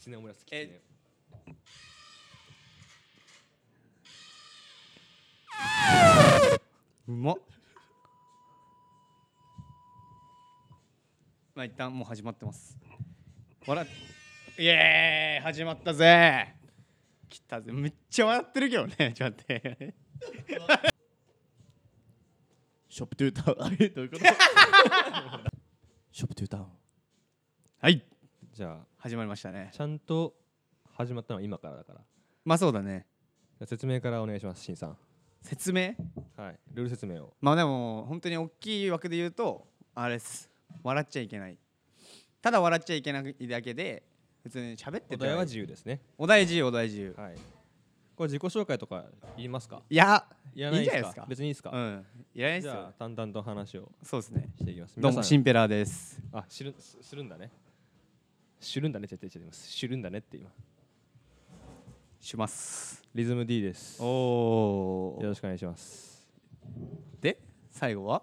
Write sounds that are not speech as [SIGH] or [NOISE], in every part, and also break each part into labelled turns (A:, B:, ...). A: つねオムライスきつね
B: え
C: うまっまあ一旦もう始まってます笑っイエーイ始まったぜ来たぜめっちゃ笑ってるけどねち [LAUGHS] ょっと待って
D: ショップトゥータウン。あれどういうこと [LAUGHS] ショップトゥータウン。
C: はい
A: じゃあ
C: 始まりましたね
A: ちゃんと始まったのは今からだからじ
C: まあそうだね
A: ゃあ説明からお願いしますしんさん
C: 説明
A: はいルール説明を
C: まあでも本当に大きい枠で言うとあれです笑っちゃいけないただ笑っちゃいけないだけで普通に喋って
A: お
C: て
A: 題は自由ですね
C: お題自由お題自由
A: はいこれ自己紹介とか言いますか
C: いや
A: いらない
C: いいんじゃな
A: で
C: いですす
A: か
C: か
A: 別にいいですか
C: うんいらないです
A: じ
C: よ
A: ゃあ淡々と話を
C: そうですね
A: していきます
C: どうも
A: 皆
C: シ
A: さん
C: ンペラーです
A: あ知るすするんだね知るんだねって言ってます知るんだねって今
C: します
A: リズム D ですよ
C: お
A: ろしくお願いします
C: で最後は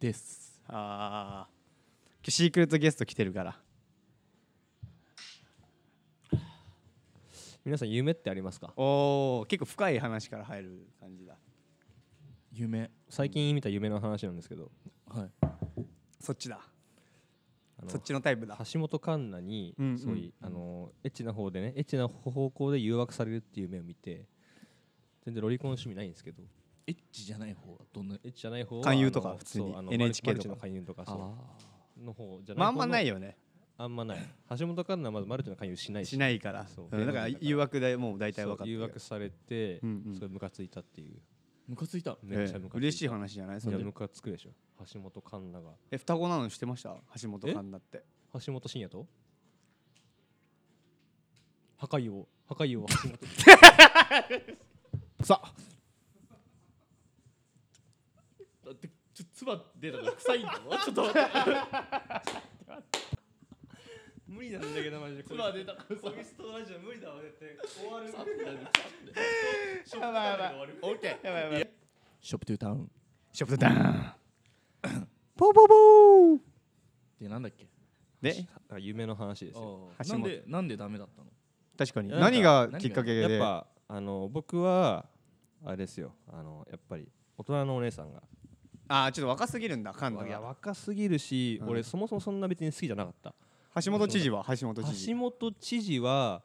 D: です。
C: あーシークレットゲスト来てるから
A: 皆さん夢ってありますか
C: おお結構深い話から入る感じだ
D: 夢。
A: 最近見た夢の話なんですけど
D: はい。
C: そっちだ
A: あの
C: そっちのタイプだ
A: 橋本環奈に
C: うんうん
A: すごい、あのエッチな方でねエッチな方向で誘惑されるっていう夢を見て全然ロリコン趣味ないんですけど
D: エッチじゃない方はどんな。
A: エッチじゃない方は
C: 勧誘と
A: あ
C: か
A: の
C: 普通に
A: そうあの
C: NHK
A: マルチ
C: とか
A: の勧誘とか
D: あ
A: そ
D: あ。
A: うの方じゃない
C: まああんまない
A: よ
C: よね
A: あんまない橋本環奈はまずマルチの勧誘しない
C: しないから
A: そう
C: うんだから誘惑でもう大体
A: そ
C: 分
A: う
C: かって
A: 誘
C: る
A: 惑されて、
C: うんうん
A: すごいムカついたっていう
D: ムカついた。
A: めっちゃ
C: ええ
A: ムカついた、
C: 嬉しい話じゃないそ
A: いや
C: れ
A: ムカつくでしょ橋本環奈が
C: え双子なのしてました橋本環奈って
A: 橋本真也と破壊王破壊王橋本
D: さ。だって、ちょ、唾出たから臭いんだよ。 [LAUGHS] ちょっと待って。
A: 無理なんだけどマジで
D: 唾出たから臭い。
A: ストラジオ無理だわ絶対終わる
C: やばいやばいオッケーやばいやばい
D: ショップトゥータウン。
C: ショップダーンポポポー
D: で、なんだっけ。
C: で
A: 夢の話ですよ
D: ああなんで、なんでダメだったの。
C: 確かに
A: なんか
C: 何がきっかけで
A: やっぱあの僕はあれですよあのやっぱり大人のお姉さんが
C: あーちょっと若すぎるんだ神田
A: いや
C: が
A: 若すぎるし、
C: うん
A: 俺そもそもそんな別に好きじゃなかった
C: 橋本知事は橋本知事
A: 橋本知事は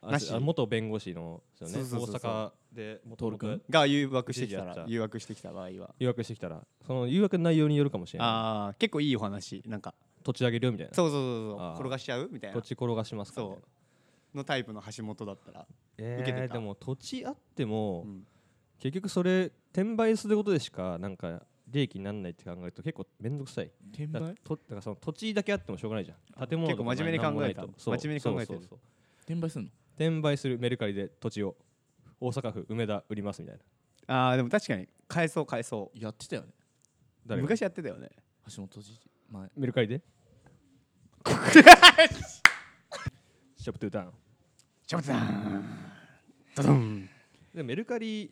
A: あ
C: なし
A: あ元弁護士のですよね
C: そうそうそうそう
A: 大阪で元々
D: 徹君
C: が誘惑してきた
A: 知事や
C: ら
A: った
C: 誘惑してきた場合は
A: 誘惑してきたらその誘惑の内容によるかもしれない
C: あー結構いいお話なんか
A: 土地上げるよみたいな
C: そうそうそう
A: あ
C: そう
A: ー
C: 転がしちゃうみたいな
A: 土地転がしますかみたいな
C: そうのタイプの橋本だったら
A: えー
C: 受けてた
A: でも土地あっても、
C: うん
A: 結局それ転売することでしかなんか利益にならないって考えると結構面倒くさい
D: 転
A: だ
D: 売。
A: とだからその土地だけあってもしょうがないじゃん建物
C: 結構真面目に
A: とか
C: 考えた
A: なんもないとそう
C: 真面目に考えてる
A: そうそうそう
D: 転売すんの。
A: 転売するメルカリで土地を大阪府梅田売りますみたいな
C: あーでも確かに買えそう買えそ
D: やってたよね。
C: う
A: 誰が
C: 昔やってたよね
D: 橋本知事。前。
A: メルカリ
C: [LAUGHS]
A: でショップトゥータウン
C: ちょっとだーんドドン
A: でメルカリ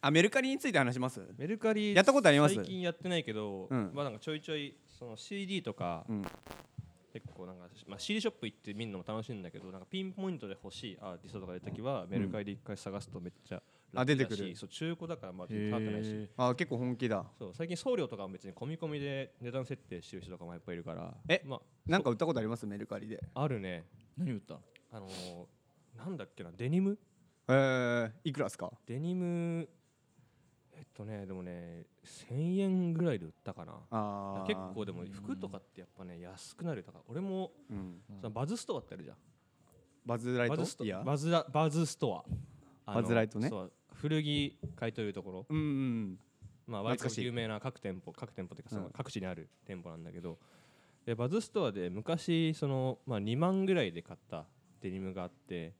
C: あメルカリについて話します
A: メルカリ
C: やったことあります
A: 最近やってないけど、
C: うん
A: まあなんかちょいちょいその CD とか、
C: うん
A: 結構なんか、まあ、CD ショップ行って見るのも楽しいんだけどなんかピンポイントで欲しいアーティストとか出た時はメルカリで一回探すとめっちゃ楽だし、
C: 出てくる
A: そう中古だからまあ高くないし
D: へ
C: あー結構本気だ
A: そう最近送料とかも別に込み込みで値段設定してる人とかもやっぱいるから
C: え
A: ま
C: なんか売ったことありますメルカリで
A: あ、あるね
D: 何売ったの。
A: あのーなんだっけなデニム
C: えー、いくらですか
A: デニムえっとねでもね1000円ぐらいで売ったかな
C: あー
A: 結構でも服とかってやっぱね安くなるだから俺も
C: うん
A: そのバズストアってあるじゃん、
C: バズライ
A: バ
C: ト
A: ズスト
C: いや
A: バズラバズストアあの
C: バズライトね
A: そう古着買いというところ
C: うんうん
A: まあ割と
C: 懐かしい
A: 有名な各店舗各店舗っていうかその
C: うん
A: 各地にある店舗なんだけど、でバズストアで昔その、まあ、2万ぐらいで買ったデニムがあって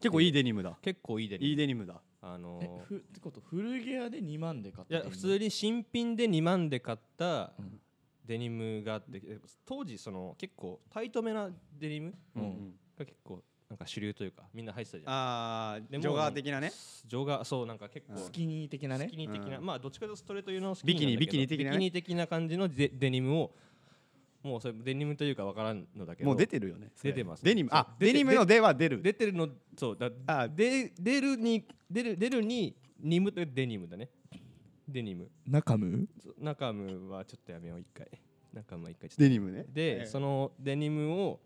C: 結構いいデニムだ
A: 結構いいデニム
C: いいデニムだ
A: あ
D: え
A: の、
D: ふ、ってこと、古着屋で二万で買っ
A: い
D: た。
A: や普通。に新品で2万で買った
D: うん
A: デニムがあって当時その結構タイトめなデニム
D: うん
C: うん
A: が結構なんか主流というかみんな入ってたじゃん
C: あ
A: で
C: あ
A: も
C: ジョガー的なね
A: 情がそうなんか結構
D: スキニー的な
A: ス
D: ね
A: キニー的な、
C: うん
A: まあどっちかというとストレート用のス
C: ビキニ
A: なんだけど
C: ビキニ的なね
A: ビキニ的な感じのデデニムをもうそれデニムというかわからんのだけど
C: もう出てるよね
A: 出てます
C: デニムあ
A: 出て
C: デニムの「で」は出る
A: 出てるのそうだ
C: あ
A: で出るに出る出るにニムとデニムだねデニム
D: 中ム
A: そう中ムはちょっとやめよう一回中ムは一回ちょっと
C: デニムね
A: で、
C: ええ
A: そのデニムを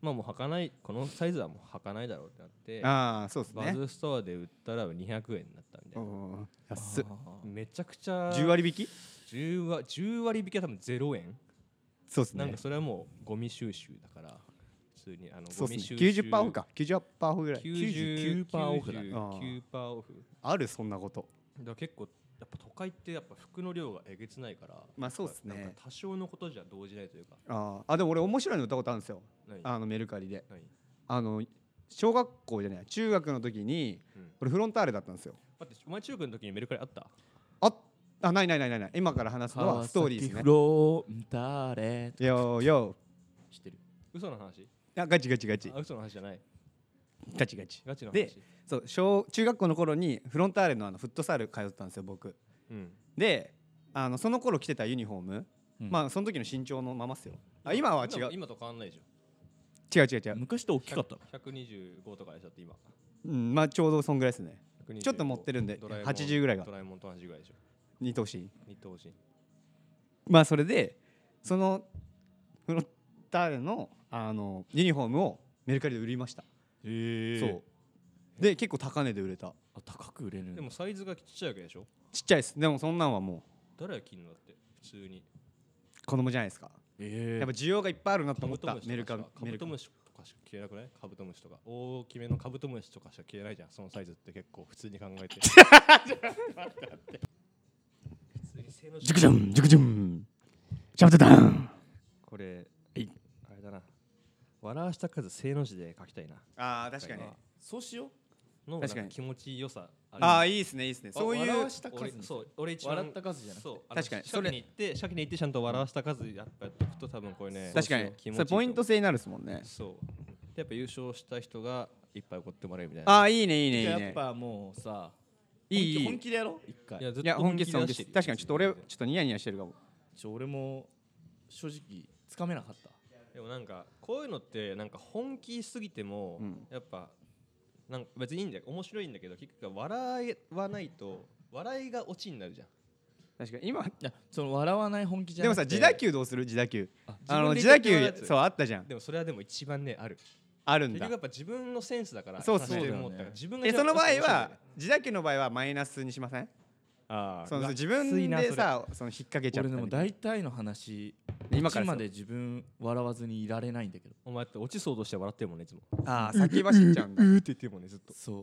A: まあもう履かないこのサイズはもう履かないだろうってなって
C: ああそうです
A: バ
C: ね
A: ズストアで売ったら200円になったみたいな
C: おー安っ
A: めちゃくちゃ
C: 10割引き
A: 10割 ,10 割引きは多分0円、
C: そうです
A: なん
C: ね
A: かそれはもうゴミ収集だから普通にあの
C: そ
A: ゴ
C: うで
A: ミ
C: す
A: 収
C: ね
A: 集
C: 90%オフか90%オフぐらい
A: 99%オフだ
C: ね
A: 99%オフ
C: あるそんなこと
A: だから結構やっぱ都会ってやっぱ服の量がえげつないから
C: まあそうっすね
A: なんか多少のことじゃ動じないというか
C: あーあでも俺面白いの歌ったことあるんですよ
A: 何
C: あのメルカリで
A: 何
C: あの小学校じゃない中学の時に
A: うん
C: 俺フロンターレだったんですよ
A: 待ってお前中学の時にメルカリあった
C: ああないないないないない今から話すのはストーリーですね
D: フロンターレ
C: よーよ
D: 知ってる
A: 嘘の話
C: ーあガチガチガチ
A: あ嘘の話じゃない
C: ガチガチ
A: ガチの話
C: でそう小中学校の頃にフロンターレのあのフットサル通ってたんですよ僕
A: うん
C: であのその頃着てたユニフォーム、
D: うん
C: まあその時の身長のままっすよあ今は違う
A: 今今と変わんないじゃ
C: 違う違う違う、
D: 昔と大きか
A: ん
D: った
A: 100 125とかでしょって今
C: うん、まあちょうどそんぐらいですね
A: 125
C: ちょっと持ってるんで
A: ドラえもん
C: 80ぐらいが
A: ドラえもんと同じぐらいでしょ
C: 二等身
A: 二等身
C: まあそれでそのフロンターレのあのユニフォームをメルカリで売りました、
D: へ
C: そうで結構高値で売れた
D: あ高く売れるんだ
A: でもサイズがちっちゃいわけでしょ
C: ちっちゃいですでもそんなんはも
A: 誰が着んのだって普通に
C: う子供じゃないですか
D: え
C: やっぱ需要がいっぱいあるなと
A: カ
C: 思
A: ブ
C: っ
A: ト
C: た
A: ムシ
C: メル
A: とかし
C: カリ
A: かカブ
C: メルカ
A: ト
C: リ
A: ムシとかしか着れなくないカブトムシとか大きめのカブトムシとかしか着れないじゃんそのサイズって結構普通に考えて普通に性能
D: ジュクジュンジュクジュンジャブタダン
A: これ
D: はい
A: あれだな笑わした数正の字で書きたいな
C: ああ確かに
A: あ
D: そうしよう
A: の方
C: 確か
A: が
C: に
A: 気持ち良さある
C: ああいいですねいいですね
D: あ
C: そういう
D: 笑わした
A: 俺
D: 数
A: そう俺一番
D: 笑った数じゃなくて
A: そう
C: 確かに
A: それに行ってシャキに行ってちゃんと笑わした数やっぱやっていくと多分これね
C: 確かに
A: 気持ちいい
C: それ
A: と思
C: ポ
A: う
C: イント制になるですもんね
A: そうでやっぱ優勝した人がいっぱい怒ってもらえるみたいな
C: ああいいねいいねいい
D: じゃあや
C: ね
D: っぱもうさ
C: いいいい
D: 本気でやろう一回
A: ず
C: いや本気です本
A: 出
C: 気
A: し
C: で
A: て
C: す
A: る
C: 確かにちょっと俺ちょっとニヤニヤしてるかも
D: ちょ俺も正直つかめなかった
A: でもなんかこういうのってなんか本気すぎても、
C: うん
A: やっぱなんか別にいいんだよ面白いんだけど結局笑わないと笑いがオチになるじゃん
C: 確かに今
D: いやその笑わない本気じゃ
C: で
D: な
C: も
D: く
C: さ
D: て
C: 自打球どうする自打球あの自
A: 自
C: 打
A: 分で言ってもらうや
C: 球
A: つ
C: そうあったじゃん
A: でもそれはでも一番ねある
C: あるん
A: 結
C: だ
A: 局やっぱ自分のセンスだから
C: そうそう
A: 達成も
D: そうだよね
A: だから自 [LAUGHS] 分が
C: えその場合
A: 一番面白いんだよ
C: は
A: ね
C: 自打球の場合はマイナスにしません
A: あー
C: その
A: うわ
C: 自
A: きつい
C: 分
A: な
C: でさその引っ掛けちゃっ
D: 俺
C: た
D: で
C: みたい
D: も
C: な
D: 大体の話
C: 今
D: 今
C: から
D: まで自分笑わずにいられないんだけど
A: お前って落ちそうとして笑ってるもんねいつも
C: ああ先走っちゃうん
A: [LAUGHS]
C: だ
A: うーって言ってるもんねずっと
D: そう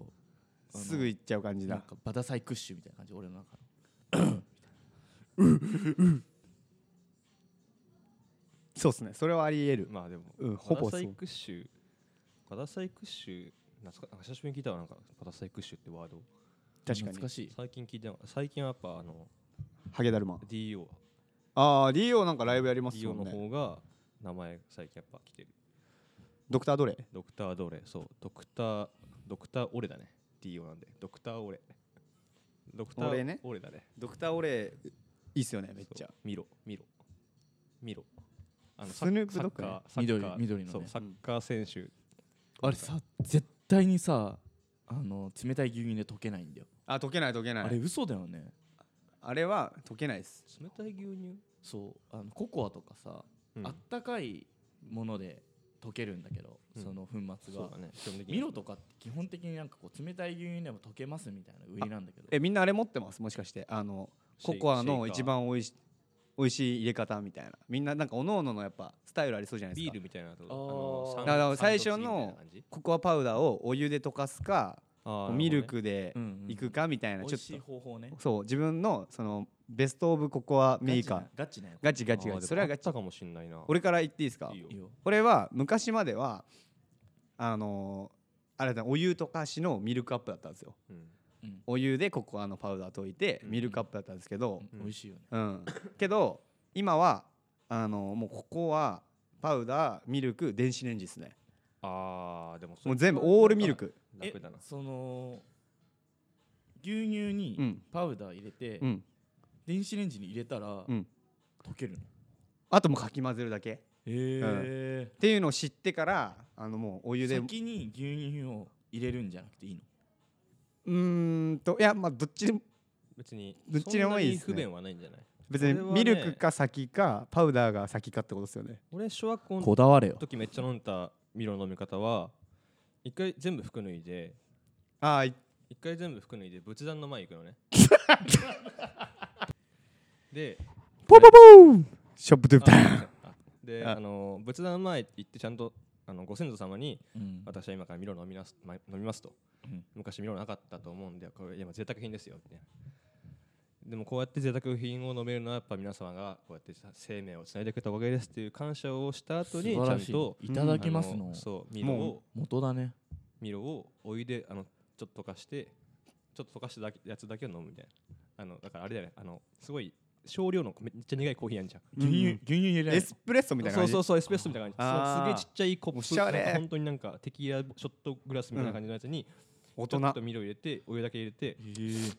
D: あの
C: すぐ行っちゃう感じ
D: なん
C: だ
D: かバタサイクッシュみたいな感じ俺の中の
C: そうっすねそれはあり得る
A: [LAUGHS] まあでも
C: うんほぼ
A: パダ
C: そ
A: サイ
C: う
A: クッシュパダサイクッシュ懐かなんか久しぶりに聞いたわなんかパダサイクッシュってワード
C: 確かに
D: 懐かしい
A: 最近聞いてなかった最近はやっぱあの
C: ハゲダルマ
A: DO
C: ああ DO なんかライブやります
A: DO
C: もん
A: の
C: ね
A: 方が名前最近やっぱ来てる
C: ドクターどれ
A: ドクタードレそうドクタードクターオレだね DO なんでドクターオレドクター
C: 俺ね
A: オレだね
C: ドクターオレいいっすよねめっちゃ
A: そうミロミロミロあ
C: スヌープドッグね
A: サッカーサッカー
D: 緑緑のね
A: そうサッカー選手
D: あれさ絶対にさあの冷たい牛乳で溶けないんだよ、
C: あ溶けない溶けない
D: あれ嘘だよね
C: あれは溶けないです
A: 冷たい牛乳
D: そうあのココアとかさ、
A: うん
D: あったかいもので溶けるんだけど、
A: うん
D: その粉末
A: そうだ
D: が
A: ね基本的に
D: ミロとかって基本的になんかこう冷たい牛乳でも溶けますみたいな売りなんだけど
C: えみんなあれ持ってますもしかしてあの
A: シェ
C: コ
A: イ
C: コ
A: シ
C: ア
A: ェイ
C: の
A: カー
C: 一番おいし美味しい入れ方みたいなみんななんかおのののやっぱスタイルありそうじゃないです
A: ビ
C: か
A: ールみたいなと
D: あー
A: あの
C: だから最
A: サンドチーみ
C: 初
A: たい
C: の
A: な感じ
C: ココアパウダーをお湯で溶かすか
A: あー
C: ミル
A: なる
C: クで
D: うんうん
C: いくかみたい
D: 美
C: なち
D: 味
C: ょっ
D: しい方法ね
C: とそう自分のそのベストオブココアメーカー
D: ガチなガ
C: ガチ
A: ほ
C: ガ
A: ど
C: チ
A: ね
C: ガ
A: あーでも
C: チそれは
A: あ
C: ガ
A: っ
C: チ
A: たかもしんないな
C: 俺から言っていいですか
A: いいよ
D: チいいよ
C: 俺は昔まではあのーあれだお湯溶かしのミルクアップだったんですよ
A: うん
D: うん
C: お湯でココアのパウダー溶いて
A: うん
C: ミルクアップだったんですけど、
D: うん美味しいよね
C: うん、けど今はあのもうここはパウダーミルク電子レンジですね
A: あああでもそれ
C: もう全部オールミルク
A: なんか楽だな
D: その牛乳
C: う
D: に
C: ん
D: パウダー入れて、
C: うん
D: 電子レンジに入れたら、
C: うん
D: 溶けるの
C: あともうかき混ぜるだけっ
D: へ
C: ていうのを知ってからあのもうお
D: え、
C: 湯でう
D: 先に牛乳を入れるんじゃなくていいの
C: ーんといやまあどっちでも
A: 別に
C: どっちでもいいっす
A: そんなに不
C: ね
A: 便はないんじゃない
C: 別に
A: それはね
C: ミルクか先かパウダーが先かってことですよね
A: 俺小学校の
D: こだわれよ
A: 時めっちゃ飲んだミロの飲み方は一回全部服脱いで
C: ああい
A: 一回全部服脱いで仏壇の前行くの
C: [LAUGHS]
A: ねで
C: ポポポーショップトゥータン [LAUGHS]
A: あで
C: あ
A: あの仏壇の前行ってちゃんとあのご先祖様に
D: うん
A: 私は今からミロ飲みますま飲みますと、
D: うん
A: 昔ミロなかったと思うんでこれ今贅沢品ですよみたいなでもこうやって贅沢品を飲めるのはやっぱ皆様がこうやってさ生命をつないでくれたおかげですっていう感謝をした後にちゃんと
D: いただきます
A: あ
D: の
A: のそうミロを
C: も
D: 元だね
A: ミロをお湯であのちょっと溶かしてちょっと溶かしただけやつだけを飲むみたいなあのだからあれだよねあのすごい少量のめっちゃ苦いコーヒーあんじゃん
D: 牛乳,、
C: うん
D: 牛乳入れない
C: エスプレッソみたいな
A: そ
C: 感
A: う
C: じ
A: そうそうエスプレッソみたいな
C: あー
A: 感じそうすげえちっちゃいコップ
C: おしゃれ
A: なんか本当になんかテキーラショットグラスみたいな感じのやつに、
C: 大
A: ち
C: 人
A: ょっ
C: め
A: とミロ入れてお湯だけ入れて
D: えー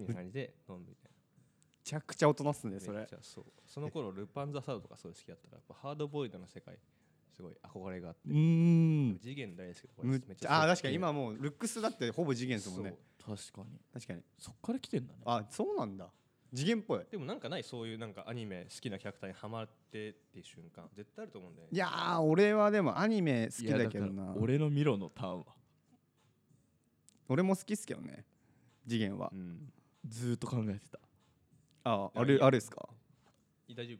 A: みたいな感じで飲むみたい
C: ちゃくちゃ大人っすね
A: な
C: そ
A: めっ
C: れ
A: ちゃそうその頃ルパンザサードとかそういう好きだったからやっぱハードボイルドの世界すごい憧れがあって
C: うーん
A: 次元大好きとか
C: むっちゃあー確かに今もうルックスだってほぼ次元ですもんね
D: 確かに
C: 確かに
D: そっから来てんだね
C: あそうなんだ次元っぽい
A: でもなんかないそういうなんかアニメ好きなキャラクターにハマってっていう瞬間絶対あると思うんだよね
C: いやー俺はでもアニメ好きだけど
D: いや
C: な
D: から俺のミロのターンは
C: 俺も好きっすけどね次元は
A: うん
D: ずーっと考えてた
C: あ
A: いや
C: あ
A: いい
C: れ
A: よ
C: あれですか
A: 大丈夫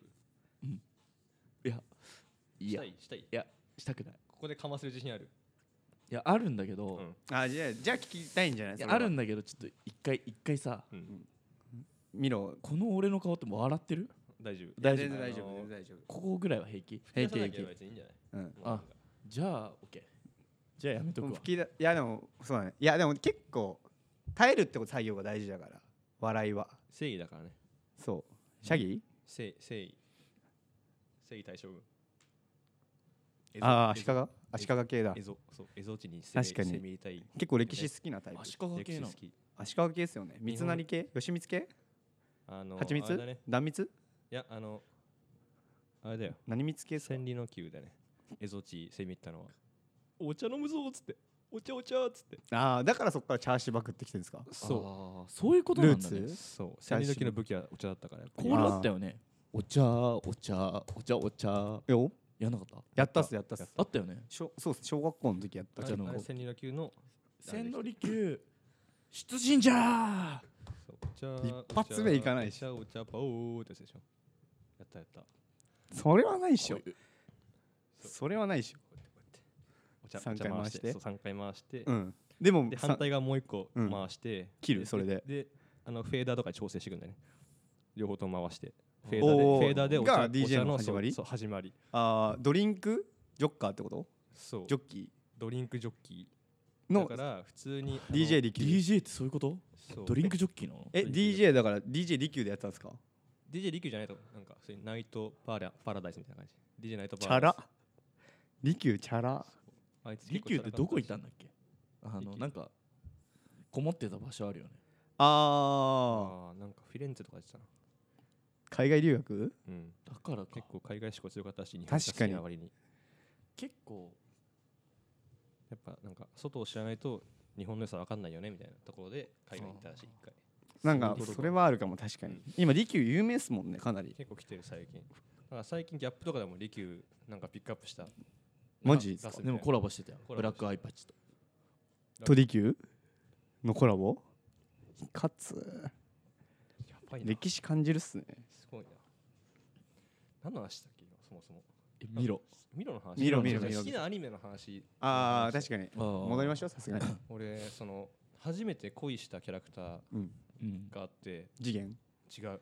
D: いや
A: した
D: いや
A: いしたい
D: いやしたくない
A: ここでかまする自信ある
D: いやあるんだけど、
A: うん
C: あじゃあじゃあ聞きたいんじゃない
D: い
C: です
D: や
C: か
D: あるんだけどちょっと一回一回さ
A: うん
C: 見ろ
D: この俺の顔ってもう笑ってる
A: 大丈夫
D: 大丈
C: 全
D: 夫
C: 然大丈
A: あ
C: 夫
A: の
C: 全然大丈
D: ここぐらいは平気
A: 出
C: 平
A: さ
C: 気
A: な
C: 平
A: ければ
C: 気
A: 別にいいんじゃない
C: 夫うん
A: もうなんか
D: じゃあ OK じゃあやめとくわ
C: 吹きだいやでもそうだねいやでも結構耐えるってこと作業が大事だから笑いは
A: 正義だからね
C: そうシャギ
A: 正正義正義大将軍エゾ
C: ああ
A: エ
C: 足
A: ゾ
C: 利あ足利系だ
A: エゾそうエゾ地に
C: 確か
A: 攻
C: に
A: め入りたい
C: 結構歴史好きなタイプ
D: 足利
A: 歴
D: 系な
A: 史
D: の
A: 好き
C: 足利系ですよね三成系吉光系
A: あの
C: 蜂
A: あれだ
C: 蜜
A: ね
C: 断蜜
A: いやあのあれだよ
C: 何蜜系っすか
A: 千里の宮だねエゾ地攻め入ったのはお茶飲むぞっつってお茶お茶っつって
C: ああだからそこからチャーシューバクってきてるんですか
A: そ
D: あーそういうことなんだ
C: ルー
D: ね
C: ツ
A: うそう千里の宮の武器はお茶だったからやっぱ
D: こ
A: り
D: うなったよねお茶お茶お茶お茶
C: よ
D: やんなかった
C: やったっすやったっす
D: あったよね
C: しょそうっす小学校の時やった
A: あ
C: っ
A: れ
C: す
D: お茶の
A: あれ千里の宮の
D: 千利休出陣じゃ
A: そうお茶
C: 一発目いかないし
A: お茶お茶パオーってやつでしょやったやった
C: それはないっしょ
D: こういう
C: それはないっしょ
A: こうやってこうやってお茶
C: 三回
A: お茶
C: 回して
A: そう三回回して
C: うんでも
A: で
C: さ
A: 反対側もう一個
C: うん
A: 回して
C: 切るそれで
A: であのフェーダーとかで調整していくんだよね両方とも回してフェーダーで
C: おー
A: フェーダーでお茶
C: が DJ
A: お茶
C: の始まり
A: そうそう始まり
C: あードリンクジョッカーってこと
A: そう
C: ジョッキ
A: ドリンクジョッキ
C: ー
A: ーだ
C: の
A: から普通にあの
C: DJ リキュー
D: DJ ってそういうこと
A: そう
D: ドリンクジョッキーなの
C: え DJ だから DJ リキューでやったんですか
A: DJ リキューじゃないとなんかそういうナイトパラパラダイスみたいな感じ DJ ナイトパ
C: チ
A: ラ
C: ャ
A: ダイ
C: ラリキューチャラ
A: スあいつ
D: リ
A: 結構
D: キューってどこいたんだっけあ
A: 利
D: の
A: 休
D: なんかこもってた場所あるよね
C: あー
A: ああなんかフィレンツェとかでしたな
C: 海外留学
A: うん
D: だからか
A: 結構海外志向強かったし日
C: かに
A: が好きな割に
D: 結構
A: やっぱなんか外を知らないと日本の良さ分かんないよねみたいなところで海外に行ったらしい一回
C: なんか
D: そういうことか
C: それはあるかも確かに今リキュー有名っすもんねかなり
A: 結構来てる最近なんか最近ギャップとかでも利休なんかピックアップした
C: マジっすか
A: 出すみたい
D: で
A: な
D: もコラボしてたよ
A: コ
D: ブ
A: ラボしてた
D: ラックアイパッチと
C: とリキューのコラボかつ
A: やばいな
C: 歴史感じるっすね
A: すごいな何の話したっけ今そもそも
D: えミロ
A: ミロの話
C: ミロミロ
A: 好
C: ミロ
A: きなアニメの話
C: ああ確かに戻
D: 戻
C: りましょうさす [COUGHS] がに
A: 俺その初めて恋したキャラクター
C: うん
D: うん
A: があって
C: 次元
A: 違う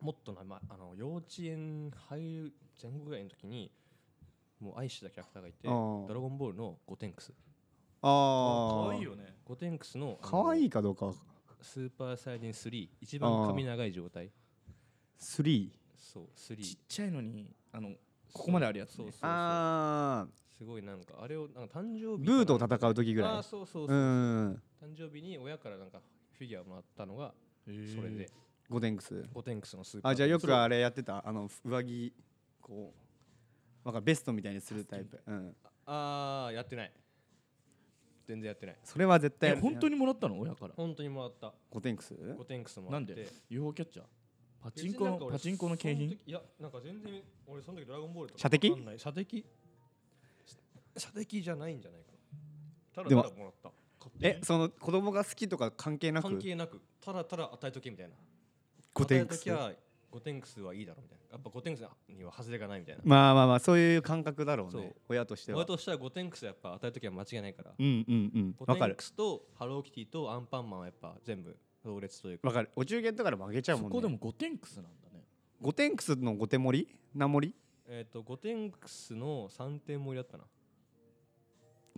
A: もっとな、ま、あの幼稚園入る前後ぐらいの時にもう愛してたキャラクターがいて「
C: あー
A: ドラゴンボール」のゴテンクス
C: ああ
D: ね
A: ゴテンクスのあの
C: 可愛いかどうか
A: スーパーサイヤ人3一番髪長い状態
C: 3
A: そう
D: ちっ
A: 3
D: ちゃいのにあのここまであるやつ
A: そう
D: ね
A: そうそう
C: あ
A: すすごいなんかあれをなんか誕生日
C: ブーと
A: か
C: 戦う時ぐ
A: なあ
C: ら
A: ー
C: い
A: そうそう
C: う
A: そう、
C: ん
A: 誕生日に親からなんかフィギュアもらったのが
D: ー
A: それで
C: ゴテンクス
A: ゴテンクスのスーパー
C: あじゃあよ
A: それ
C: くあれやってたあの上着こうなんかベストみたいにするタイプうん
A: ああやってない全然やってない
C: それは絶対
D: え
C: やる
D: 本当にもらったの親から
A: 本当にもらった
C: ゴテンクス
A: ゴテンクスもら
D: な
A: っ
D: ん
A: て
D: で UFO キャッチャーパ
A: パ
D: チンコのパチンコの景品
A: いやなんか全然俺その時ドラゴンボールとか
C: 射的
A: わかんない射的射的じゃないんじゃないかなた
C: で
A: だ
C: も
A: ただもらった勝手に
C: えその子供が好きとか関係なく
A: 関係なくただただ与えとけみたいな
C: ゴテンク
A: 与
C: ス
A: えときゃゴテンクスはいいだろうみたいなやっぱゴテンクスには外れがないみたいな
C: まあまあまあそういう感覚だろう
A: そ
C: ね
A: う
C: 親としては
A: 俺としてはゴテンクスはやっぱ与えときは間違いないから
C: うんうんうん
A: ゴ
C: わか
A: テン
C: る
A: クスとハローキティとアンパンマンはやっぱ全部同列というか
C: わかるお中元とかでもあげちゃう
D: そ
C: もんね
D: こでもゴテンクスなんだね
C: ゴテンクスのゴテ盛りな盛り
A: えっ、とゴテンクスの3点盛りだったな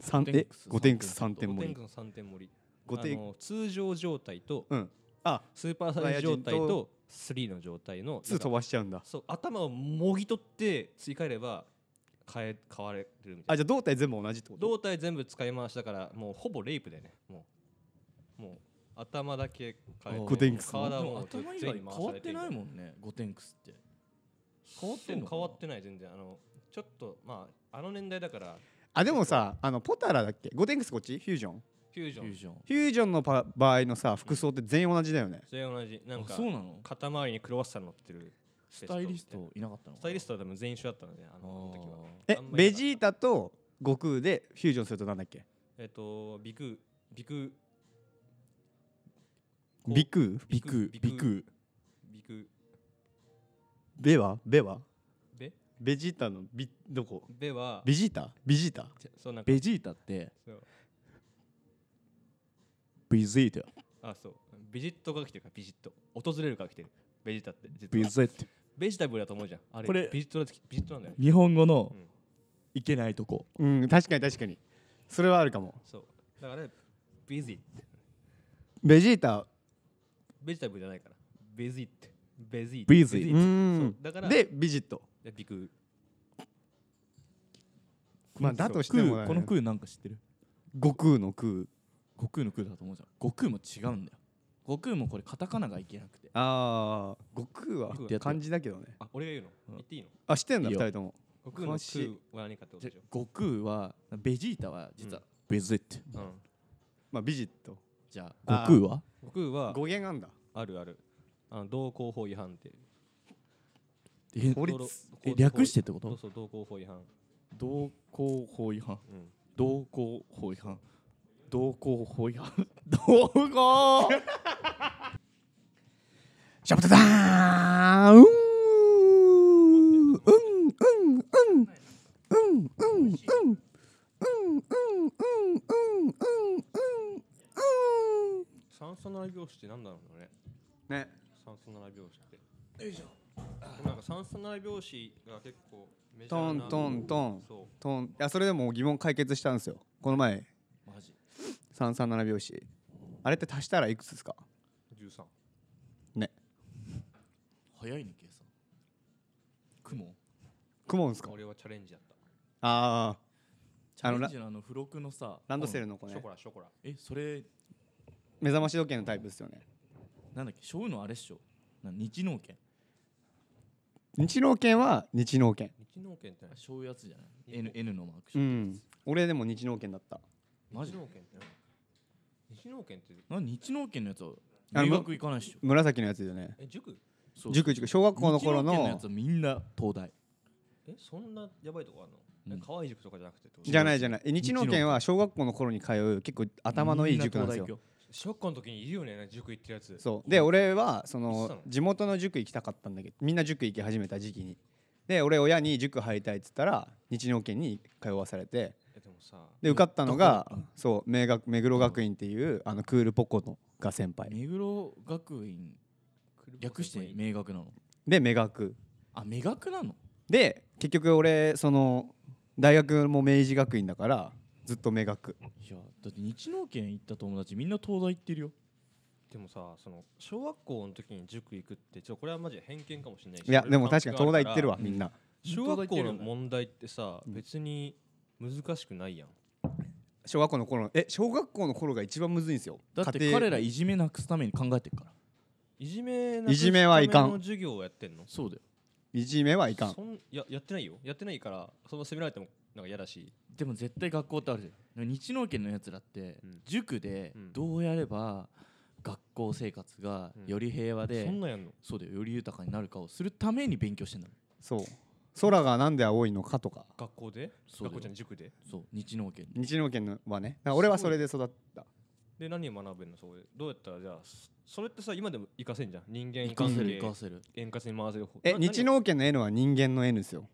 C: 三
D: ゴテン
C: え
D: クス
C: ゴテンクス3
D: 三
C: 点
A: ゴテ
C: 盛
A: ン
C: り
A: クスの3点盛り
C: ゴテ
A: あ
C: ン
A: の通常状態と
C: うんあ
A: スーパーサイズ状態と3の状態の
C: 2飛ばしちゃうんだ
A: そう頭をもぎ取って追加えれば変え変われるみたいな
C: あじゃあ胴体全部同じってこと
A: 胴体全部使い回しだからもうほぼレイプだよねもうもう頭だけ変えて
C: ゴテンクス
A: 体
D: で
A: も
D: も
A: う
D: 頭以
A: 全
D: 外
A: 員回
D: 変わ
A: さ
D: っ
A: れて
D: てないもんねゴテンクスって変わってん
A: そ
D: の
A: う
D: かな
A: 変わってない全然あのちょっとまああの年代だから
C: あでもさあのポタラだっけゴテンクスこっちフュージョン
A: フュージ
D: フ
A: ョ
D: ュー
A: ン
D: ジョン
C: フュージョンのパ場合のさ服装って全員同じだよね
A: それ同じなんか
D: あそうなの
A: 肩周りにクロワッサン乗ってる
D: スタイリストいなかったの
A: スタイリストは多分全員一緒だったのであ
D: あ
A: の時は
D: ー
C: え
A: あんまり
C: ベジータと悟空でフュージョンするとなんだっけ
A: えっとビクビクこう
C: ビク
D: ビク
A: ビク
D: ビク
A: ビク
C: ベはベは
A: ベ
C: ベジータのビどこ
A: ベは
C: ベジータビジータ
A: そうなんか
D: ベジータって
A: そう
D: ビジータ
A: あそうビジットが来てるからビジット訪れるから来てるベジータって実
D: ビ
A: は
D: ジータ
A: ベジタブルだと思うじゃんあれ
D: これ
A: ビジットだビジットなんだよね
D: 日本語の
A: うん
D: いけないとこ
C: うん確かに確かにそれはあるかも
A: そうだからビジット
C: ベジータ
A: ベジタブルじゃないからベジットベジット
D: ビジ
A: ベ
D: ッ
A: ジッ
D: ト
C: う
A: ト
C: ん
A: そうだから
C: でビジット
A: でビク
C: まあだとしてもだ
D: 空
C: ね
D: この空なんか知ってる
C: 悟空の空
D: 悟空の空だと思うじゃん悟空も違うんだよ悟空もこれカタカナがいけなくて
C: ああ悟空は
D: 言ってやって
C: 漢字だけどね
A: あ俺が言うの
D: うん
A: 言っていいの
C: あ知ってんだ
D: いい
C: 二
D: よ
C: 人とも
A: 悟空の
C: 詳しい
A: 空は何かってこと
D: じゃ
A: でしょ
D: 悟空はベジータは実はベジータ
A: うん
C: まあビジット
D: じゃあ
C: あ
D: 悟空は
A: 悟空は
C: 語源あんだ
A: あるあるあの道交法違反って
D: え
C: 法律
A: 道路
D: え略してってこ
A: そう
D: と
A: そう道交法違反
D: 同行法違反
A: うん
D: 同行法違反同行法違反同行
C: シャプタダーンうんうんうんうんうんうんうんうんうんうんうんうんうん
A: 酸素並拍子って何だろうね
C: ね
A: 酸素並拍子ってでもなんか酸素並拍子が結構メジャ
C: ト
A: ー
C: ン
A: な
C: トントン
A: そ
C: トンいやそれでも疑問解決したんですよこの前
D: マジ
C: 337拍子あれって足したらいくつですか
A: う13
C: ね
D: 早いね計算雲
C: クモンですか
A: 俺はチャレンジだった
C: ああ
D: チ
C: あ
D: ャ
C: の
D: レンジのあの付録のさ
C: ランドセル
D: 本
C: の子
A: ショ
C: ね
A: コラショコラ
D: えそれ
C: 目覚まし時計のタイプですよね
D: なんだっけしょうのあれっしょな日農研
C: 日農研は日農研
A: 日農研って何
D: しょうやつじゃない
A: 日農
D: N, N のマーク
C: う
D: ショ
C: ん俺でも日農研だった
D: マジ
A: 日農研って何日農研って
D: な日農研のやつは
C: あの
D: 留学行かないっしょ
C: 紫のやつだよね
A: え塾
D: そう
C: 塾塾小学校の頃
D: 日農研のや
C: の
D: つはみんな東大
A: えそんなやばいとこあるの、
D: う
A: え
D: ん
A: 可愛い塾とかじゃなくてってこと
C: じゃないじゃないえ日農研は小学校の頃に通う結構頭のいい塾なんですよ
D: み東大行く
A: 小学校の時にいるよね塾行ってるやつ
C: そうで俺はそ
A: 行って
C: の
A: たの
C: 地元の塾行きたかったんだけどみんな塾行き始めた時期にで俺親に塾入りたいっつったら日農研に通わされて
A: えでもさ
C: で受かったのが
D: どこ
C: そう明学目黒学院っていうあのクールポコのが先輩
D: 目黒学院略して明学なの
C: で目学
D: あ明学なの
C: で結局俺その大学も明治学院だからずっと目学
D: いやだって日農研行った友達みんな東大行ってるよ
A: でもさその小学校の時に塾行くってちょっとこれはマジで偏見かもしれないし
C: いやでも確かに東大行ってる
A: わ
C: わみんな
A: 小学校の問題ってさ、別に難しくないやん
C: 小学校の頃え小学校の頃が一番むずいんですよ
D: だって
C: 家庭
D: 彼らいじめなくすために考えてるから
A: いじめなく
C: いじめはいかん
A: ための授業をやってんの
D: そうだよ
C: いじめはいかん
A: そんややってないよやってないからその責められてもなんか嫌だし
D: でも絶対学校ってあるじゃん日農研のやつらって
A: うん
D: 塾で
A: うん
D: どうやれば学校生活がより平和で、
A: そんなんやんの
D: そうだよより豊かになるかをするために勉強してんだもん
C: そう空がなんで青いのかとか
A: 学校で
D: そうだよ
A: 学校じゃん塾で
D: そう日農研
C: 日農研のはねだから俺はそれで育った
A: で何を学ぶのそこでどうやったらじゃあそそれってさ今でも活かせんじゃん人間
D: 行か
A: 関
D: せる
A: 係
D: 行かせる
A: 円滑に回せる方
C: え
A: な
C: 日
A: 何を
C: 農研の N は人間の N ですよ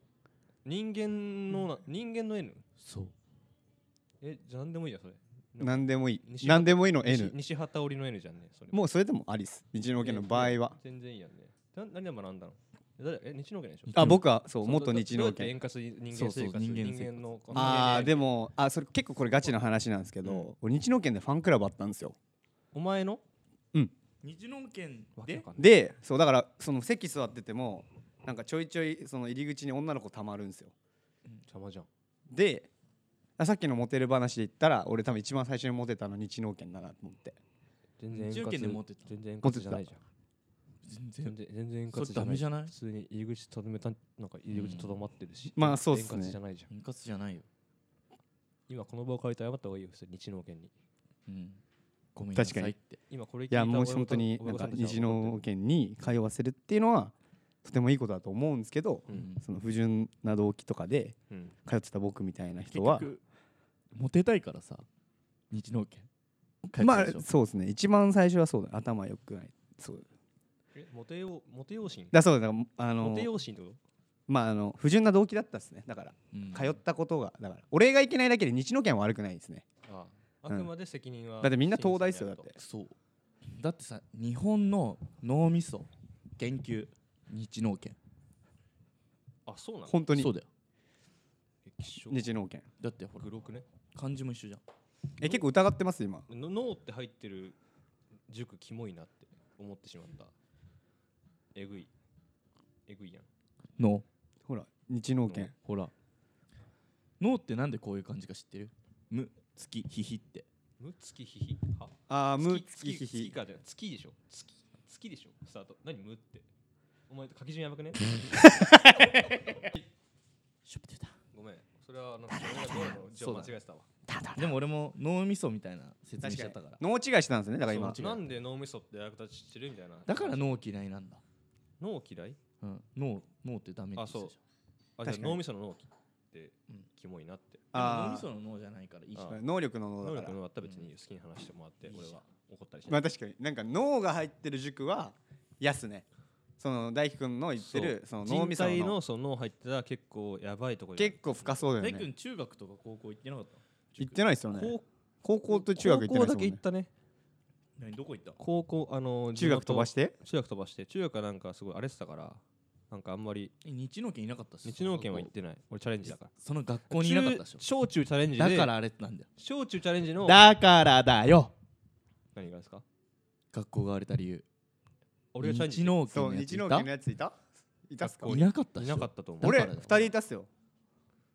A: 人間のな人間の N
D: そう
A: えじゃあ何でもいいじゃんそれ
C: 何でもいい
A: 西
C: 何でもいいの
A: 西
C: N
A: 西畑織の N じゃんねそれ
C: もうそれでもアリス日農研の場合は
A: 全然いいやんねな何で学んだのえ誰え日農家でしょ
D: 日農
C: あ僕はそ
A: そうう
C: 元
A: だ
C: 日農
A: どうや
C: 研
A: って円滑に人
D: そう
A: 間
D: そう
A: 生活
D: 人間生活
A: 人間の
C: ああで
A: も
C: もあそれ結構これガチな話なんですけ
A: うん
C: ど俺日農研でファンクラブあったんですよ
A: お前の
D: 日農研
A: わけわ
D: で
A: かんない
C: でそうだからその席座っててもなんかちょいちょいその入り口に女の子たまるんですよ
A: 邪魔じゃん
C: であさっきのモテる話で言ったら俺多分一番最初にモテたの日農研だなと思って
A: 全然円
D: 日農
A: 滑
D: 研で持ってた
A: 全然円滑じゃないじゃん
D: 全
A: 全
D: 然
A: 然全然円滑
D: それ
A: じゃ
D: ダ
A: ない
D: メじゃない
A: 普通に入り口とどめたなんか入り口とどまってるし、
C: まあそうっすね
A: 円滑じゃないじゃん
D: 円滑じゃないよ、
A: 今この場を借りて謝った方がいいよ普通に日農研に
D: うん、ごめんなさ
C: 確か
D: いっ
C: に
D: て
A: 今これ聞い
C: い
A: た
C: やもう
A: 親御さん
C: 本当にな
A: 親
C: ん
A: 御さ
C: か
A: たちは
C: 日農研に通わせるっていうのはとてもいいことだと思うんですけど
A: う
D: うん
A: ん
C: その不純な動機とかで
A: うん
C: 通ってた僕みたいな
D: 結
C: 人は
D: 局モテたいからさ日農研
C: まあ
D: 帰ってきたでしょ
C: そうですね一番最初はそうだ頭良くないそう
A: えモテようモテよう心
C: だそうだだからあ
A: モ
C: の
A: テよう心ってこと
C: まああの不純な動機だったですねだから
D: うん
C: 通ったことがだから俺がいけないだけで日農研は悪くないですね
A: あああ
C: うん
A: くまで責任は、
C: だってみんな東大っすよだって
D: そうだってさ日本の脳みそ研究日農研
A: あそうなの
C: 本当
D: そ
C: に
D: うだよ
A: 液晶
C: 日農研
D: だってほら
A: 黒くね
D: 漢字も一緒じゃん
C: え結構疑ってます今
A: の脳って入ってる塾キモいなって思ってしまったえぐいえぐいやん
D: 脳
C: ほら日農研
D: ほら脳ってなんでこういう感じか知ってる無月ひひって
A: むつきひひは
C: ああむつ
A: つき
C: きひ
A: 月
C: ひ
A: かじゃない月でしょ月月でしょスタート何むってお前書き順やばくね
D: シュプテュタ
A: ごめんそれはあの俺がどうなのじゃあ
D: そう
A: 間
D: だ
A: 違えてたわ
D: でも俺も脳みそみたいな説明
C: 確
D: しちゃっ
C: か
D: た
C: に
D: から
C: 脳違いしてたんですねだから今
A: そうなんで脳みそって役立ちしてるみたいな
D: だから脳嫌いなんだ、
A: 脳嫌い
D: うん、脳脳ってダメって言ってた
A: あ
D: じ
A: じゃあ
C: 確かに
A: 脳みその脳って
D: うん
A: キモいなって
D: ゃんでも脳
C: あ
D: みその脳じゃないからいいじゃん
A: あ
C: あ能力の
A: 能
C: 脳だか
A: 力
C: ら
A: のあったら別に好きに話してもらって
D: うん
A: 俺は怒ったりし
C: ま
A: ない
C: あ確かになんか脳が入ってる塾は安ねその大輝くんの言ってるその脳みそ
A: 人体
C: の
A: のその脳入ってたら結構やばいとこじゃん
C: 結構深そうだ
D: 大
C: よ
D: 君
C: ね
D: 中学とか高校行ってなかった
C: 行ってないですよね
A: 高
C: 高校と中学行ってない
A: 高校
C: です
A: だけ
C: もん
A: 行
C: ね
A: ったね
D: 何どこ行った
A: 高校あの
C: 中学飛ばしてて
A: 中学飛ばして中学はなんかすごい荒れてたからなんかあんまり
D: え日農研いなかったっ
A: 日農研は行ってない俺チャレンジだから
D: その学校にいなかったでしょ
A: 中小中チャレンジ
D: だ
A: で
D: からあれなんだよ
A: 小中チャレンジの
D: だからだよ
A: 何がですか
D: 学校が荒れた理由
A: 俺がチャレンジ
D: 日農研
C: そう
D: のやつ
C: 日
D: い
C: 農
D: た
C: 研のやついたいたっすか
A: 学校
D: い
A: に
D: なかったっ
A: い
D: しょ
A: なかったと思う
D: だから
C: 俺
D: だよ
C: 2人いたっすよ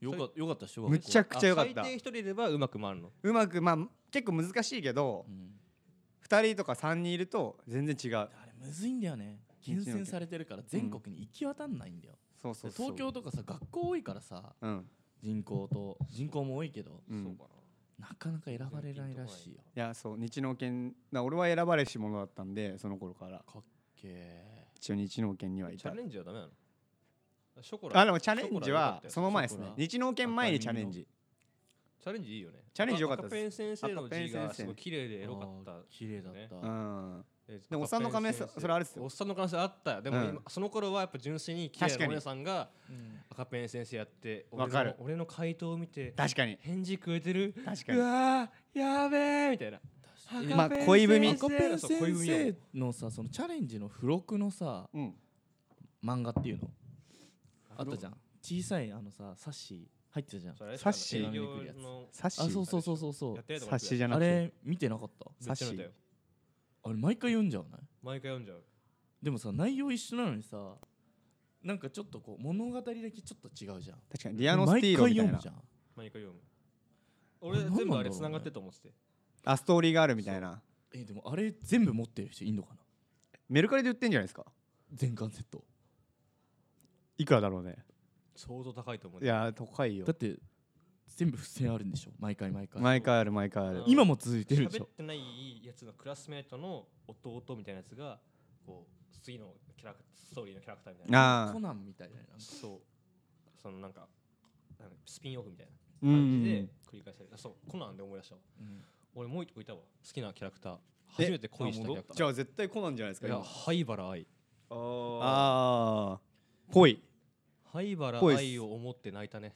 D: よかよかったっしょ
C: むちゃ
D: く
C: くちゃよかっ
A: あ
C: た
A: 最低一人いればうまく回るの
C: うまくまあ結構難しいけど2人とか3人いると全然違う
D: あれむずいんだよね厳選されてるから全国に行き渡んないんだよ
C: そうそうそう
D: 東京とかさ学校多いからさ
C: うん
D: 人口と人口も多いけど
C: うん
A: そうか
D: なかなか選ばれないらしいよ
C: いやそう日農研だ俺は選ばれし者だったんでその頃から
D: かっけえ
C: 一応日農研には
A: ないチ
C: た
A: ャレンジはダメなのショコラ
C: あでもチャレンジはその前です
D: ショ
C: ね
D: コラ
C: 日農研前にチャレンジ
A: チャレンジいいよね
C: チャレンジ良かったです
A: 赤ペン先生の字
C: 赤ペン先
A: が
C: 生
A: すごい綺麗でエロか
D: あ
A: っ
D: ー
A: た
D: 綺麗だっ
A: ね
C: う
D: た
C: ん
A: え
C: でもおっさんの可能性
A: 赤ペン先生
C: それあれっすよ
A: おっさんの可能性あったよでも
C: うん
A: 今その頃はやっぱ純粋に綺麗な
C: 確か
A: お
C: に
A: 姉さんが
D: うん
A: 赤ペン先生やって
C: わかる
A: 俺の俺の回答を見て
C: 確かに
A: 返事くれてる
C: 確か
A: う
C: に
A: わーやべえみたいな
D: に
A: 赤
C: まあ
A: ペン
C: 恋文
A: 先
D: 赤
A: 生
D: ペン
A: そう恋
D: 先
A: 文やもん
D: 生のさそのチャレンジの付録のさ
C: うん
D: 漫画っていうのあったじゃん小さいあのさサッシ入ってたじゃん
A: それあれ
C: サッシー
A: 営業の
C: サッ
D: あそう
C: シ
D: そうそうそうそう
A: やって
C: サッシじゃな
D: あ
C: くて
D: れ見てなかった
A: サッシ
C: サッシー
A: ー
D: あれ毎回読んじゃうない
A: 毎回読んじゃう
D: でもさ内容一緒なのにさなんかちょっとこう物語だけちょっと違うじゃん
C: 確かにリアノスティーロみたい
D: 毎回読む
C: な
D: じゃん
A: 毎回読む俺
D: あれ
A: 全部あ
D: 何なんだろう
A: れ
D: ね
A: つながってると思ってて
C: あストーリーがあるみたいな
D: えでもあれ全部持ってる人いんのかな
C: メルカリで売ってんじゃないですか
D: 全巻セット
C: いくらだろうね
A: 相当高いと思う
C: いや高いよ
D: だって全部付箋あるんでしょ毎回毎回
C: 毎回ある毎回ある
A: うん
D: 今も続いてるでし
A: 喋っ
D: ょ
A: てないやつのクラスメートの弟みたいなやつがこう次のキャラクストーリーのキャラクターみたいな
C: あ
D: コナンみたいな
A: そうそのなんかなんかスピンオフみたいな
C: あう
A: 感じで
C: ん
A: 繰り返される、あそうコナンで思い出したわ
D: うん
A: 俺もう一個いたわ好きなキャラクター
C: え
A: 初めて恋したキャラクター
C: じゃあ絶対コナンじゃないですか
A: いや
C: 今
A: 灰原愛
B: あ
C: ああぽい
A: 灰原
C: ぽいっす
A: 愛を思って泣いたね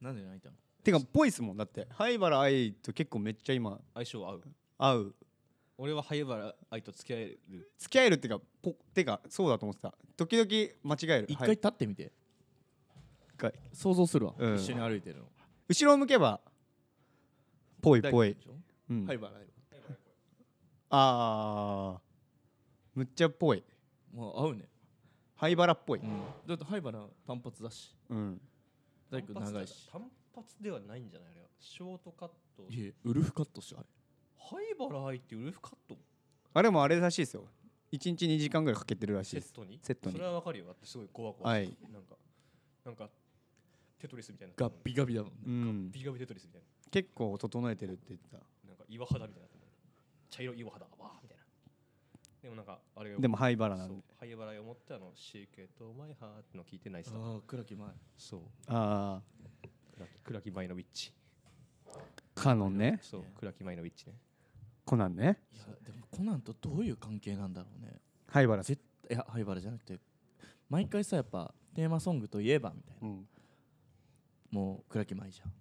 D: なんで泣いたの
C: てかぽいっすもんだって灰原愛と結構めっちゃ今
A: 相性合う
C: 合う
A: 俺は灰原愛と付き合える
C: 付き合えるってかぽてかそうだと思ってた時々間違える
D: 一
C: は
D: 回
C: い
D: 立ってみて
C: 一回
D: 想像するわ
C: うん
D: 一緒に歩いてるの
C: 後ろを向けばぽいぽい
D: でしょ
C: うん
D: 灰原
C: ああむっちゃっぽい
D: もう合うね
C: 灰原っぽい
D: だって灰原単発だし
C: うん
D: 大工長いし
A: 単発ではないんじゃないあれはショートカット
D: いえウルフカットっしょあれ
A: 灰原愛ってウルフカット
C: あれもあれらしいですよ1日2時間ぐらいかけてるらしい
A: セッ
C: です
A: トに
C: セットに
A: それはわかるよだってすごいゴワゴワ
C: は
A: して
C: い
A: なんかなんかテトリスみたいな
D: ガッビガビだもんね
C: うん
A: ビガビテトリスみたい
C: 結構整えてるって言ってた
A: ななんか岩肌みたいな茶色い岩肌わーみたいなでもなんかあれが
C: でも灰原な
A: そ
C: ん
A: う
C: で
A: 灰原愛を思ってあの「シーケットマイハー」っての聞いてないさ
D: ああ倉木前
A: そう
C: ああ
A: 倉木倉木舞のウィッチ
C: カノンね
A: そう倉木舞のウィッチね
C: コナンね
D: いやでもコナンとどういう関係なんだろうね
C: 灰原
D: 絶いや灰原じゃなくて毎回さやっぱテーマソングといえばみたいな
C: うん
D: もう倉木舞じゃん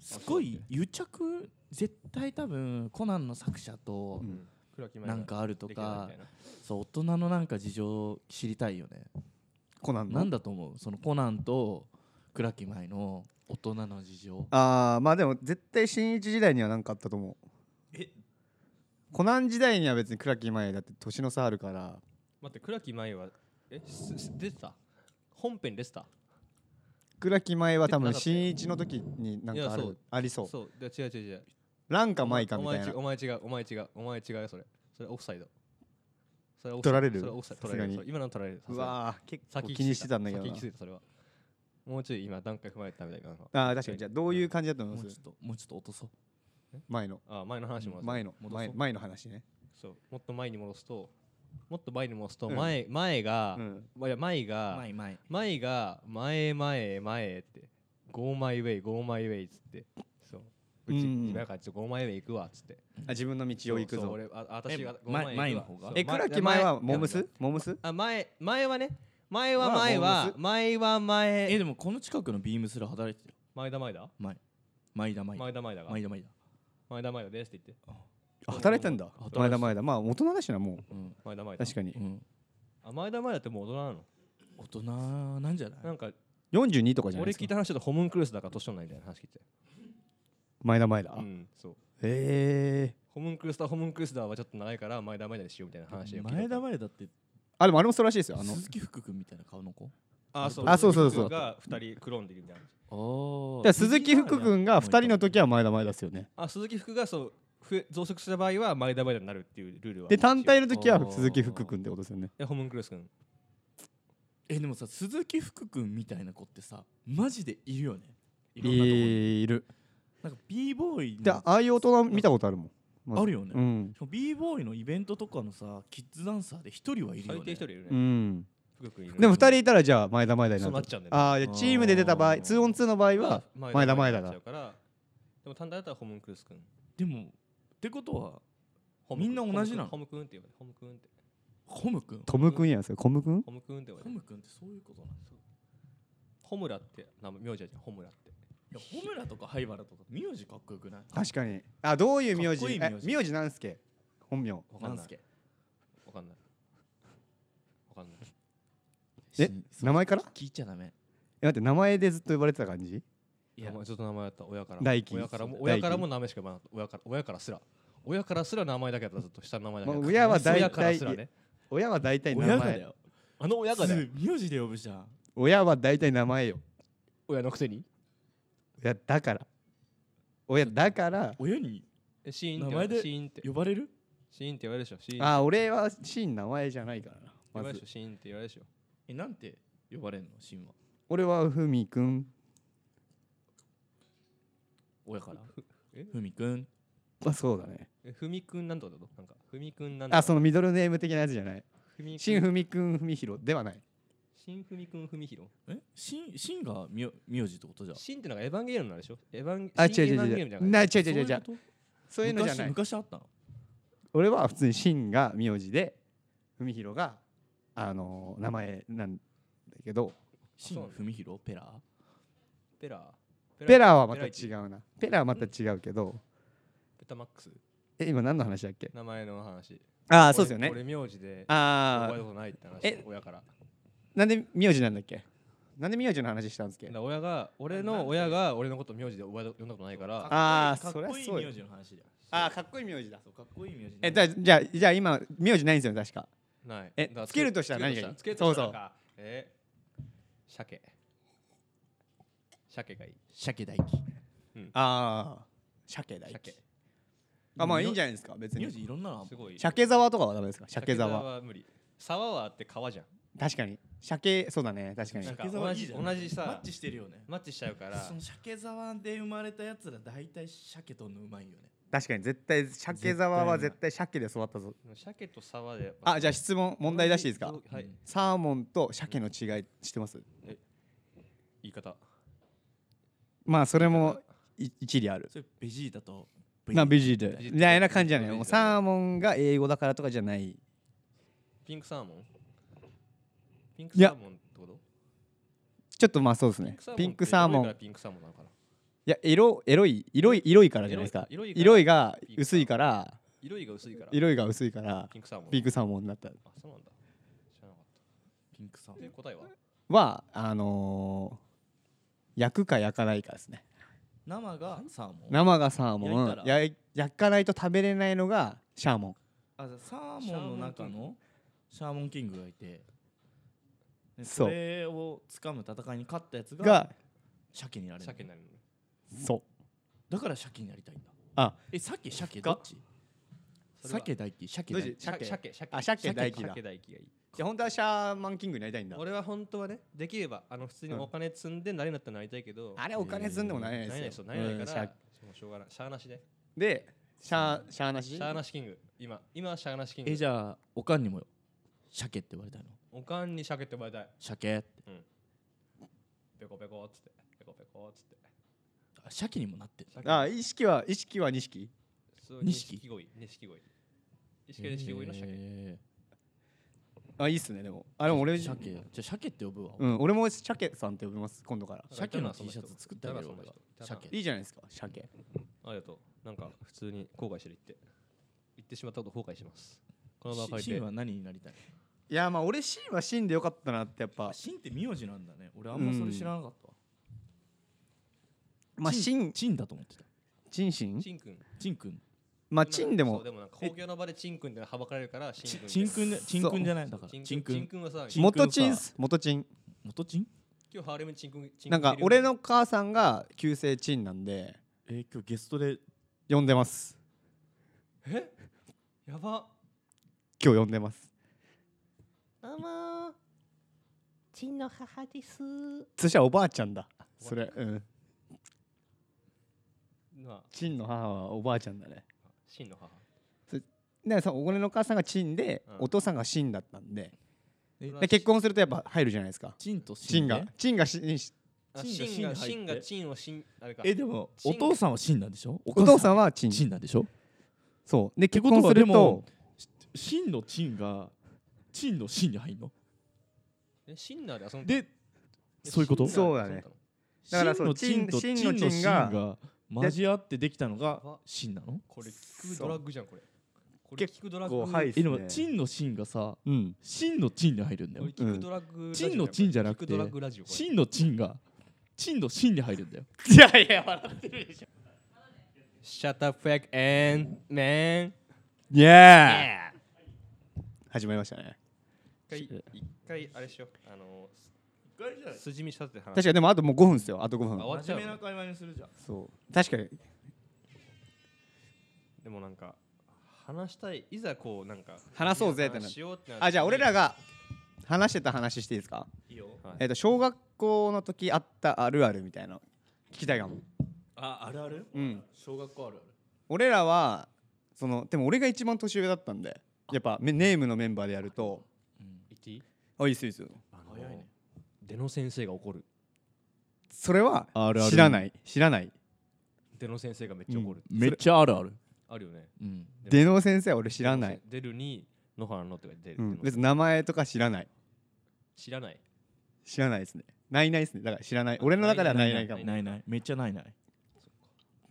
D: すごい癒着絶対多分コナンの作者と
C: うん
A: 倉木舞が
D: なんかあると
A: 出来上が
D: か
A: るみたいな
D: そう大人のなんか事情知りたいよね
C: コナンの
D: なんだと思うそのコナンと倉木舞の大人の事情
C: ああまあでも絶対新一時代には何かあったと思う
A: え
C: コナン時代には別に倉木麻衣だって年の差あるから
A: 待って倉木舞はえすす出てた本編出てた
C: 倉木麻衣は多
A: な
C: 分
A: かったよ
C: 新一の時に何かあ
A: いやそ
C: る
A: う
C: ありそう
A: そうで違う違う違う
C: ランかマイかみたいな
A: お前違うお前違うお前違うお前違うよそれそれオフサイドそれオフサイド
C: 取られる
A: それオフサイド
C: さすがに
A: 取られるそう今の取られるさす
C: う
A: がに
C: わー結構
A: 先行き
C: 気にしてたんだけど
A: 先
C: な
A: 行きついたそれはもうちょい今段階踏まえたみたいな
C: ああ確かにじゃあどういう感じだと思
D: も
C: いうま
D: ちょっ
C: す
D: ともうちょっと落とそう
C: 前の
A: あ前の話も
C: 前の
D: 戻そう
C: 前前の話ね
A: そうもっと前に戻すともっと前に戻すと
C: うん
A: 前前が
C: うん
A: まあいや前が
D: 前前
A: 前が前前前って Go my way go my way っつってそううち
C: うん
A: 今からちょっと Go my way 行くわっつって
C: あ自分の道を行
A: そ
C: く
A: うそ
C: ぞ
A: う俺あ私が
D: え
A: Go my way 行くわ
D: 前前の方が
A: そう
C: え倉木前はモム
A: いや
C: スモムス
A: あ前前はね前は
C: まあ
A: 前
C: モー
A: は
C: ムス
A: 前は
D: え
A: 前
D: でもこの近くのビームスラ働いてる
A: 前田前田
D: 前前田前田
A: 前田前田が
D: 前田前田
A: 前田前田ですって言って
C: あ働いてんだ
A: 働いて
C: 前だ前だまあ大人だしなも
D: うん
A: 前田前
C: う
A: 田
C: 確かに
D: うん
A: あ前田前田ってもう大人なの
D: 大人なんじゃない
A: なんか
C: 42とかじゃない
A: 俺
C: です
A: 聞い
C: か
A: た話だとホムンクルースだから年取んないみたいな話聞いて
C: 前だ前だ
A: うんそう
C: ええ
A: ホムンクルースだホムンクルースだはちょっと長いから前田前田にしようみたいな話を聞いた
D: 前田前田って
C: あでもあれもそうらしいですよあの
D: 鈴木福君みたいな顔の子
A: あそう
C: あそうそうそう
A: が2人クローンでいるみたいな
C: だ
D: あ
C: から鈴木福君が2人の時は前田前田ですよね
A: あ鈴木福がそう増え増殖した場合は前田前田になるっていうルールは
C: で単体
A: い
C: の時は
D: あー
C: 鈴木福君ってことですよね
A: やホムンクルース君
D: えでもさ鈴木福君みたいな子ってさマジでいるよねいろんなとこに、
C: いる
D: なんか b ボーイ
C: で
D: の
C: ああいう大人見たことあるもんまず
D: あるよね
C: うん
D: しかも b ボーイのイベントとかのさキッズダンサーで一人はいるよ
A: 最
D: ね
A: 低1人いる
C: う
A: ね
C: ん
A: 福君いるね
C: でも2人いたらじゃあ前田前田にな
A: そう
C: る
A: なっちゃうんだよね
C: ああじゃあチームで出た場合
D: あー
C: 2on2 の場合は
A: まあ
C: 前田前田
A: になっち
C: だ
A: ゃうからでも単体だったらホムンクルース君
D: でもってことは
A: ホム君
D: みんな同じなの
A: ホム君ホム君って呼ばれてホム君って
D: コム君
C: トム君やんすよコム君
A: ホム君って呼ば
D: コ
A: れて
D: ム君ってそういうことなんだ
A: ホムラって名前名字じゃんホムラって
D: いやホムラとか灰原とか名字かっこよくない
C: 確かにあどういう名
D: かっこい
C: 字え
D: い名字
C: 名字なんすけ本名
A: わか
D: なんん
A: ない
D: すけ
A: わかんないわかんない
C: え
D: しそう
C: 名前から
D: 聞いちゃダメ
C: え待って名前でずっと呼ばれてた感じ
A: いやずっと名前だった親から
C: 大輝
A: 親からも
C: 大輝
A: 親からも名前しか呼ばなかった親から親からすら親からすら名前だけだったずっと下の名前だけだった
C: まあ親は大
A: 親
C: 体
A: からすらね
C: 親は大体名
D: 親がだ
C: 前
D: よ
A: あの親がだよ
D: 普通名字で呼ぶじゃん
C: 親は大体名前よ
A: 親のくせに
C: やだから親だから
D: 親に
A: えシーン
D: 名
A: って
D: 前で
A: シーンって
D: 呼ばれる
A: シーンって言われるでしょシーンって
C: あ俺はシーン名前じゃないからな
A: 言
C: ま
A: われる
C: ず
A: でしょシーンって言われるでしょ
D: えなんて呼ばれんのシンは
C: 俺はふみくん
D: 親から
A: え
D: ふみくん
C: あそうだね
A: えふみくんなんとかだとなんかふみくんなんとか
C: あそのミドルネーム的なやつじゃない
A: ふみくん
C: 新ふみくんふみひろではない
A: 新ふみくんふみひろ
D: えシンシンがみょ名字ってことじゃ
A: シンってのがエヴァンゲリオンなんでしょエヴァン
C: あ違う
A: 新エ
C: 違
A: ヴァン
C: う
A: ゲリオン
C: 違
A: みたいうな
C: な
A: 感
C: 違う違う違
D: そういう
C: 違う
D: こと
C: そういうのじゃない
D: 昔昔あったの
C: 俺は普通にシンが名字で文宏があのー名前なんだけど
D: シ
A: そう
D: ン
A: なんだ
D: ふみひろペラ
A: じペラ
C: ペラはまた
A: ペラ
C: 違うなペラはまた違うけど
A: ペタマックス
C: え今何の話だっけ
A: 名前の話
C: あ
A: 俺俺名字で
C: あ
A: 覚え
C: あ
A: たことないって話
C: え
A: 親から
C: なんで名字なんだっけなんで名字の話したんですっ
A: だ
C: け
A: から親が俺の親が俺のこと名字で覚えた呼んだことないから
C: あー
D: かっこいい
C: そりゃそうよ
D: 名字の話だよ
C: ああかっこいい名字だ
D: そうかっこいい名字
C: えじゃあじゃあじゃあ今名字ないんですよ確か
A: ない
C: え
A: だから
C: つけるとしたら何がいい
A: つけるとした
C: そ
A: ら
C: うそう
A: かえー鮭鮭がいい
D: 鮭大輝
C: ああ鮭大
A: 鮭
C: あまあいいんじゃないですか別
D: 名字
C: に
D: いろんなのあん
A: す
D: の
A: ごい
C: 鮭沢とかはダメですか鮭沢
A: は無理沢はあって川じゃん
C: 確かに鮭そうだね確かに
A: なんか
D: 鮭沢いいじゃん
A: 同じ同じさ
D: マッチしてるよね
A: マッチしちゃうから
D: その鮭沢で生まれたやつら大体鮭とんのうまいよね
C: 確かに絶対鮭沢は絶対鮭で育ったぞ
A: 鮭と沢で
C: あじゃあ質問問題出していいですか
A: はい
D: うん
C: サーモンと鮭の違い知ってます
A: 言い方
C: まあそれもい一理ある
D: それベジータと
C: な
D: ベ
C: ビジで
A: ベジ
C: み
A: ータ
C: たいな感じじゃない
A: ベジー
C: もう
A: タ
C: サーモンが英語だからとかじゃない
A: ピンクサーモンピンク
C: いや
A: サーモンってこと
C: ちょっとまあそうですねピンクサーモ
A: っ
C: ン
A: て
C: い
A: ピンクサーモンなのかな
C: や色エロい色い色いからじゃないですか
A: エロい
C: 色
A: エロ
C: い
A: い
C: が薄いから
A: 色が薄いから
C: 色いが薄いから
A: ピンクサーモン
C: ピンクサーモンになった
A: あそうなんだ知らなかっ
D: ピンクさん
A: たで答えは
C: はあのー焼くか焼かないかですね
D: 生がサーモン
C: 生がサーモ
D: 焼い
C: ン
D: たら
C: 焼い焼かないと食べれないのがシャーモン
D: あじゃあサーモンの中のシャーモンキングがいてで
C: そう
D: それを掴む戦いに勝ったやつが
C: が
D: 鮭になれる
A: 鮭になるの
C: そう
D: だから鮭になりたいんだ
C: あ
D: え鮭鮭ど
C: が
D: っち
A: それは
D: 鮭大輝鮭
C: ど
D: 大
C: うし
D: 輝
A: 鮭
C: 鮭
A: 鮭鮭
C: あ鮭大輝だ
A: 鮭大輝がいい
C: いや本当はシャーマンキングになりたいんだ
A: 俺は本当はねできればあの普通にお金積んで慣れになったらなりたいけど
C: あれお金積んでもな
A: な
C: れない
A: れない
C: で
A: ですす
C: よ
A: よなれないか
C: う
A: ら
C: んシャ
A: もうしょうがないシャーなしで
C: でシャーシャーなし
A: シャーなしキング今今シャーなしキング
D: えじゃあおかんにもよ鮭って言われたの
A: おかんに鮭って呼ばれたい
D: 鮭って
A: ペコペコっつってペコペコっつって
D: あ鮭にもなってる
A: 鮭
C: あ意識は意識は錦
A: そう
D: 錦
A: 錦鯉錦鯉錦鯉錦鯉の鮭
D: へ
C: あいいっすねでもあ
D: ー
C: でも俺
D: 鮭じゃあ鮭って呼ぶわ
C: うん俺も鮭さんって呼びます今度から
D: 鮭の T シャツ作ってあげるよ
A: いたなそんな人
D: 俺が
A: いたな
D: 鮭
C: いいじゃないですか鮭
A: ありがとうなんか普通に後悔してる言って言ってしまったこと後悔しますこの場を借
D: シ
A: りて
D: ンは何になりたい
C: いやまあ俺シーンはシーンでよかったなってやっぱ
D: あシンって名字なんだね俺あんまそれ知らなかったわ
C: まあシン
D: チンだと思ってた
C: チンシン
A: チンくん
D: チンくん
C: まあチンで
A: そう
C: も
A: でもなんか公共の場でチンくんってのはばかられるから
D: チ
A: チンくん
D: チン
A: で
D: くんねチンくんじゃないだから
A: チ
D: チ
A: ン
D: ン
A: く
D: く
A: んチン
D: ん
A: くんはさ
D: チン
C: 元チンっす元チン
D: 元チン
A: 今日ハーレムチンくんチンく
C: なんんか
A: いるよ
C: 俺の母さんが旧姓チンなんで
D: えー今日ゲストで
C: 呼んでます
A: えやば
C: 今日呼んでます
A: どうもチンの母です
C: そしたらおばあちゃんだそれうん
A: まあ
C: チンの母はおばあちゃんだね
A: チンの母
C: だからさ俺の母さんがチンで、
A: うん
C: お父さんがシンだったんで
D: え
C: で結婚するとやっぱ入るじゃないですか
D: チンとシ
C: チ
D: ン
C: ン
D: で
C: がチンがシンし
A: あ
D: チンが
A: チンが
D: チ
A: チ
D: ン
A: ンがチ
D: が入って
A: ンをシンあれか
D: えでも
A: チン
D: お父さんはシンなんでしょお
C: お父さん
D: は
C: はチン
D: チンなんでしょ
C: そうで
D: て
C: 結
D: ことは
C: 婚すると
D: でもシンのチンがチンのシンに入んの
A: えシンナーで遊んだ
D: でそういうこと
A: シンナーで
C: そうだね
A: 遊んの
C: だから
D: シ
C: そ
D: ンの
C: う
D: チンとチ
C: チ
D: ン
C: ン
D: の
C: の
D: チン
C: チンが
D: が交わってできたのが
A: で
D: シンなの
A: これ聞くドラッグじゃんこれこれ
C: 結
A: 聞くドラッグ
C: はい
A: こ
C: っす
D: え
C: ね
D: でもチンのシンがさ
C: うん
D: シンのチンに入るんだ
A: れ
D: よ
A: 聞くドラッグラジオ
D: チンのチンじゃな
A: 聞
D: くて
A: くドラッグラジオこれ
D: シンのチンがチンのシンに入るんだよ
C: いやいや笑ってるでしょ
A: Shut the fuck and man
C: イエーイ始まりましたね
A: 一回一回あれしようあの
D: 回じゃない
A: 筋道立てて話
C: 確かにでもあともう5分ですよあと5
A: あ終
C: 分
A: わっち
D: 真
A: ゃう
D: 面目な会話にするじゃん
C: そう確かに
A: でもなんか話したいいざこうなんか
C: 話そうぜってなる
A: 話しようってなった時に
C: あじゃあ俺らが話してた話していいですか、
D: いいよ
A: はい
C: えっと小学校の時あったあるあるみたいな聞きたいかも
D: ああるある
C: うん
D: 小学校あるある
C: 俺らはそのでも俺が一番年上だったんでやっぱめネームのメンバーでやると
A: 言っていい
C: あいいですよいいですよ
A: あの
D: 早いね
A: 出野先生が怒る
C: それは
D: あるある
C: 知らない知らない
A: 出野先生がめっちゃ怒る、
D: めっちゃあるある
A: あるよね
D: うん
C: 出野先生は俺知らない、
A: 出るに野原のって書いて出る、
C: うん、
A: 出野
C: 別に名前とか知らない
A: 知らない
C: 知らないですねないないですねだから知らない俺の中ではないないかも
D: ないないめっちゃないない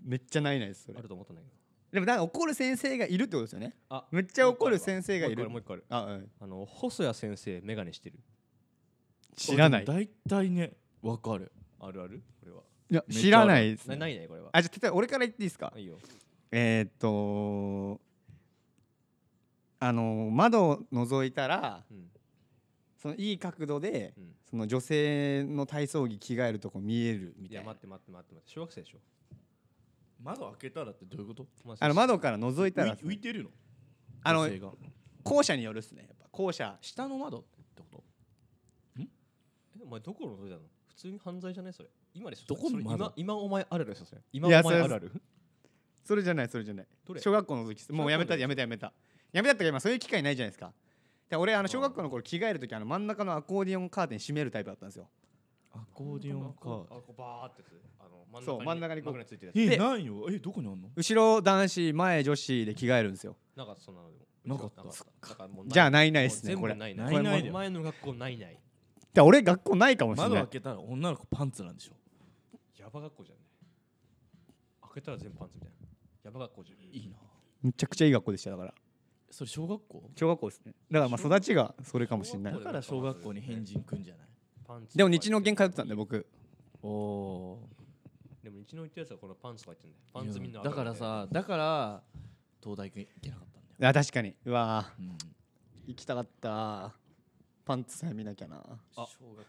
C: めっちゃないないですそれ
A: あると思ったんだけど
C: でもなんか怒る先生がいるってことですよね
A: あ
C: めっちゃ怒る先生がいる
A: もう一個あるもう一個ある
C: あ、うん、
A: あの細谷先生メガネしてる
C: 知らない
D: だいたいねわかる
A: あるあるこれはい
C: や
D: めっちゃ
C: 知らないです、
A: な
C: ね、
A: ないねこれは
C: あじゃあ例えば俺から言っていいですか
A: いいよ
C: えー、っとあの窓を覗いたら
A: うん
C: そのいい角度で
A: うん
C: その女性の体操着着替えるとこ見えるみ
A: い
C: た
A: や
C: いな
A: 待って待って待って待って小学生でしょ
D: 窓開けたらってどういうこと
A: ま
C: あの窓から覗いたら
D: 浮い浮いてるの
C: あの
D: 女性が
C: 校舎によるっすねやっぱ校舎
D: 下の窓ってこと
A: えお前どこの覗いたの普通に犯罪じゃないそれ今でしょ
D: どこの
A: それ
D: 窓
A: 今今お前あるあるですよそれ今
C: いや
A: お前
C: それ
A: あるある
C: それじゃないそれじゃない
A: どれ
C: 小学校の時ですもうやめた
A: 小
C: やめたやめたやめたってか今そういう機会ないじゃないですかで俺あの小学校の頃着替える時あの真ん中のアコーディオンカーテン閉めるタイプだったんですよ
D: アコーディオンか
A: あこうバーってやつあの真ん中に
C: そう真ん中にこ
A: マ
C: う
A: グネついてるや
D: え
C: で
D: ないよえどこにあんの
C: 後ろ男子前女子で着替えるんですよ
A: つなかったそんなのでも
D: なかった
A: うちはなかだからもう
C: じゃあないないっすね
A: もう全部
C: これ
A: ない
D: ない
A: これ
D: ないだよ
A: 前の学校ないない
C: で俺学校ないかもしれ
D: 窓
C: な
D: 開
C: い
D: けたら女の子パンツなんでしょ
A: ヤバ学校じゃんね開けたら全部パンツみたいなヤバ学校じゃん
D: いいな
C: めちゃくちゃいい学校でしただから
D: それ小学校
C: 小学校ですねだからまあ育ちがそれかもしれない
A: 小
D: だ
A: 学
D: から小学校に変人くんじゃない
A: パンツ
C: でも日農研通ってたんで僕
D: おお
A: でも日の行ってるやつはこのパンツとか言ってんだよパンツみんな
D: だからさだから東大行けなかったんだよ
C: あ確かにうわー
D: うん
C: 行きたかったパンツさえ見なきゃな
A: あ
D: 小学校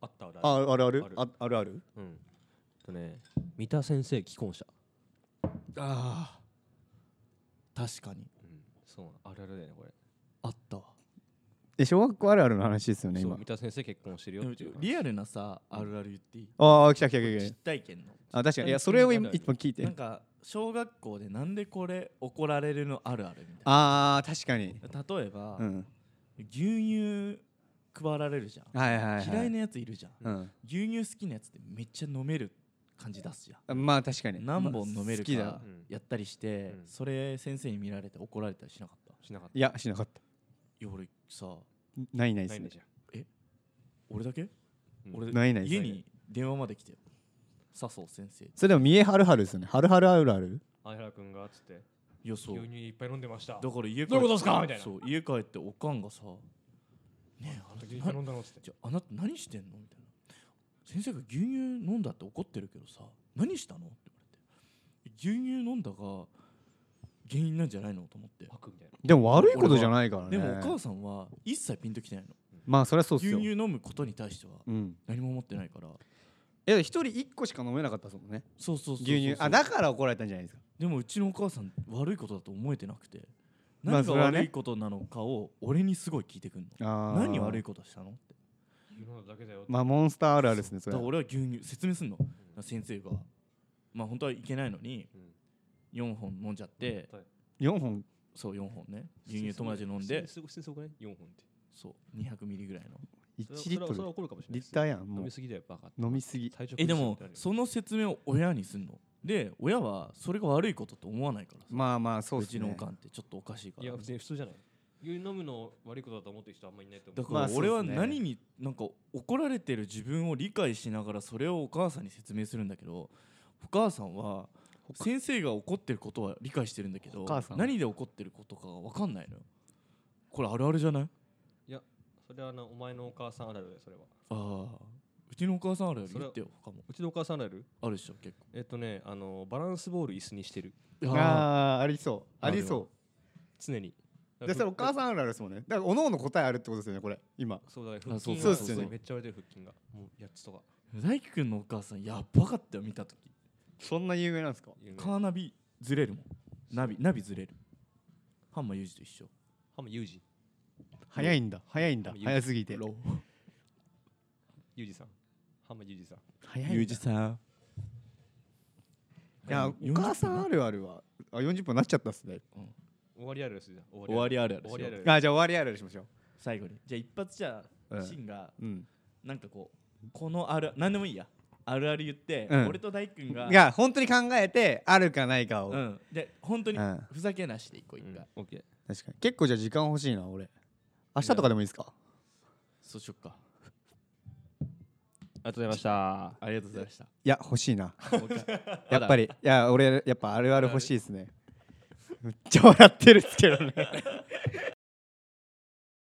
A: あったあるある
C: ああるある
A: ある
C: ああるある
A: うんえっとね三田先生既婚者
D: ああ確か
A: う
D: に
A: んそうなのあるあるだよねこれ
D: あったわ
C: え小学校あるあるの話ですよね
A: そう
C: 今
A: 三田先生結婚してるよっていう
D: リアルなさあるある言っていい
C: ああ来た来た来た来
D: 実
C: た
D: 体験の
C: あ確かにいやそれを今一本聞いて
D: なんか小学校でなんでこれ怒られるのあるあるみたい
C: あー確かに
D: な例えば、
C: うん
D: 牛乳配られるじゃん、
C: はいはい、はい、
D: 嫌いなやついるじゃん
C: うん
D: 牛乳好きなやつってめっちゃ飲める感じ出すじゃん
C: あまあ確かに
D: 何本飲める
C: 好きだ
D: かやったりして、
A: うん
D: それ先生に見られて怒られたりしなかった
A: しなかった
C: いやしなかった
D: いや俺さ
C: ないないで
A: ない
C: す
A: ん
C: ね
A: だじゃん
D: 俺だけ、
A: うん
D: 俺
C: ないないです
D: 家に電話まで来てよ笹生先生
C: それでも三重はるはるですよねはるはるあるある
A: 相原君がっつって
D: いやそう
A: 牛乳いっぱい飲んでました
D: だから家帰って
A: どういうことっすかみたいな
D: そう家帰っておかんがさ「ねえあ
A: 牛乳いっ
D: な
A: ぱ
D: た
A: い
D: な
A: 飲んだのっつって
D: じゃああなた何してんの?」みたいな「先生が牛乳飲んだって怒ってるけどさ何したの?」って言われて「牛乳飲んだが原因なんじゃないの?」と思って
A: パクみたいな
C: でも悪いことじゃないからね
D: でもお母さんは一切ピンときてないの
C: まあそりゃそうっす
D: 牛
C: よ
D: 乳飲むことに対しては
C: うん
D: 何も思ってないから
C: え一人一個しか飲めなかったですもんね
D: そうそうそうそう
C: 牛乳あだから怒られたんじゃないですか
D: でもうちのお母さん悪いことだと思えてなくて
C: まあ
D: 何
C: そ
D: が
C: れはね
D: 悪いことなのかを俺にすごい聞いてくんの、
C: あ
D: 何悪い
C: い
D: ことしたのって
A: 牛乳飲んだだけだよ
C: まあモンスターあるあるですねそれ
D: だから
C: は
D: 俺は牛乳説明すんの先生がまあ本当はいけないのに
A: うん
D: 4本飲んじゃって
C: 4本
D: そう4本ね牛乳友達で飲んです
A: ごいすごくない4本って
D: そう200ミリぐらいの
C: 1リット
A: それは
C: ル
A: 怒るかもしれな
C: リ
A: い
C: ッターやん
A: 飲
C: もう
A: みすぎだよバカ
C: 飲みすぎ
A: 体調崩
D: え
A: し
D: で
A: たみ
D: も
A: たいな
D: その説明を親にすんので親はそれが悪いことと思わないからさ
C: まあまあそう
D: う
C: です
D: ち
C: ね
D: のおかんってちょっとおかしいか
A: い
D: ら
A: や別に普通じゃない牛乳飲むの悪いことだと思ってる人あんまりいないと思
D: だ
A: う
D: か
C: まあ
D: ら
C: そうっすね
D: 俺は何になんか怒られてる自分を理解しながらそれをお母さんに説明するんだけどお母さんは先生が怒ってることは理解してるんだけど
C: お母さん
D: 何で怒ってることかが分かんないのよこれあるあるじゃない
A: それはなお前のお母さんあるあるだよそれは
D: ああうちのお母さんあるより
A: それ
D: 言
A: は
D: ってよ他も
A: うちのお母さんあるある
D: あるでしょ結
A: えっとねあのバランスボール椅子にしてる
D: 構
C: ああありそうあり
D: ある
C: そ
A: 常に
C: でそれお母さんあるあるですもんねだからおのおの答えあるってことですよねこれ今
A: そうだね
D: あ
A: 腹
D: そう
A: 筋
C: そう
A: が
C: そうそうっすよね
A: めっちゃ割れてる腹筋がもう8つとか
D: 大輝くんのお母さんやっばかったよ見た時
C: そんな有名なんですか
A: 有名
D: カーナビずれるもんナビナビずれるハンマーユージと一緒
A: ハムユージ
C: 早いんだ早いんだ
A: うん
C: 早すぎて
D: ロ
A: ユージさんハムユージさん
C: 早いんだ
D: ユージさん
C: いや
D: うん
C: お母さんあるあるはあ40分なっちゃったっすね
A: 終わりあるですじゃん
D: 終わりあるある
A: 終わりある
C: あじゃあ終わりあるあるしましょ
D: 最後にじゃあ一発じゃ
C: う
D: あ
C: ん
D: シンが
C: ううん
D: なんかこうこのある何でもいいやあるある言って、
C: うん
D: 俺と大輝くんが
C: いや本当に考えてあるかないかを
D: う
C: 確か
D: ん、で本当に
C: うん
D: ふざけなしでいこう一回、
A: オッケー
C: に結構じゃあ時間欲しいな俺明日とかでもいいですか
D: そうしよっか
A: ありがとうございました
D: ありがとうございました
C: いや欲しいな
D: もう一回
C: やっぱりいや俺やっぱあるある欲しいですねめっちゃ笑ってるっすけどね